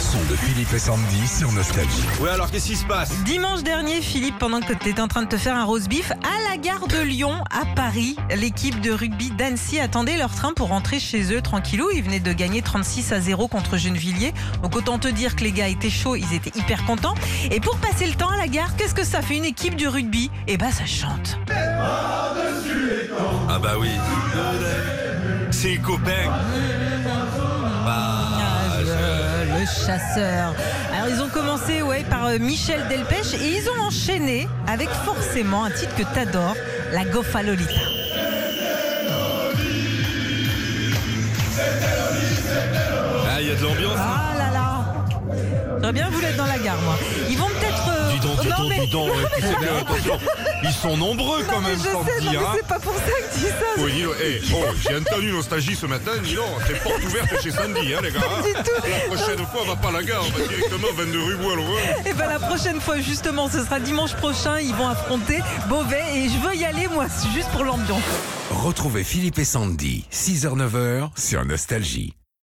son de Philippe et Sandy sur Nostalgie. Oui, alors qu'est-ce qui se passe Dimanche dernier, Philippe, pendant que tu étais en train de te faire un roast beef, à la gare de Lyon, à Paris, l'équipe de rugby d'Annecy attendait leur train pour rentrer chez eux tranquillou. Ils venaient de gagner 36 à 0 contre Gennevilliers. Donc autant te dire que les gars étaient chauds, ils étaient hyper contents. Et pour passer le temps à la gare, qu'est-ce que ça fait une équipe de rugby Eh ben ça chante. Ah bah oui. C'est les copains. Bah, Euh, le chasseur. Alors ils ont commencé ouais, par euh, Michel Delpech et ils ont enchaîné avec forcément un titre que t'adores, la Goffa Lolita. ah, il y a de l'ambiance. Ah là là J'aurais bien voulu être dans la gare, moi. Ils vont peut-être. euh, Dis donc, dis non, donc, mais... dis donc. non, ouais, mais- c'est bien, attention. Ils sont nombreux non, quand mais même, je sais, non, Sandy. mais Hein. c'est pas pour ça que je dis ça. Oh, dis donc, eh, oh, j'ai entendu Nostalgie ce matin, dis donc, c'est porte ouverte chez Sandy, hein, les gars. hein. Pas du tout. La prochaine fois, on va pas à la gare, on va directement à 22 rue Boileau. Et ben la prochaine fois, justement, ce sera dimanche prochain. Ils vont affronter Beauvais et je veux y aller, moi, c'est juste pour l'ambiance. Retrouvez Philippe et Sandy, 6h-9h sur Nostalgie.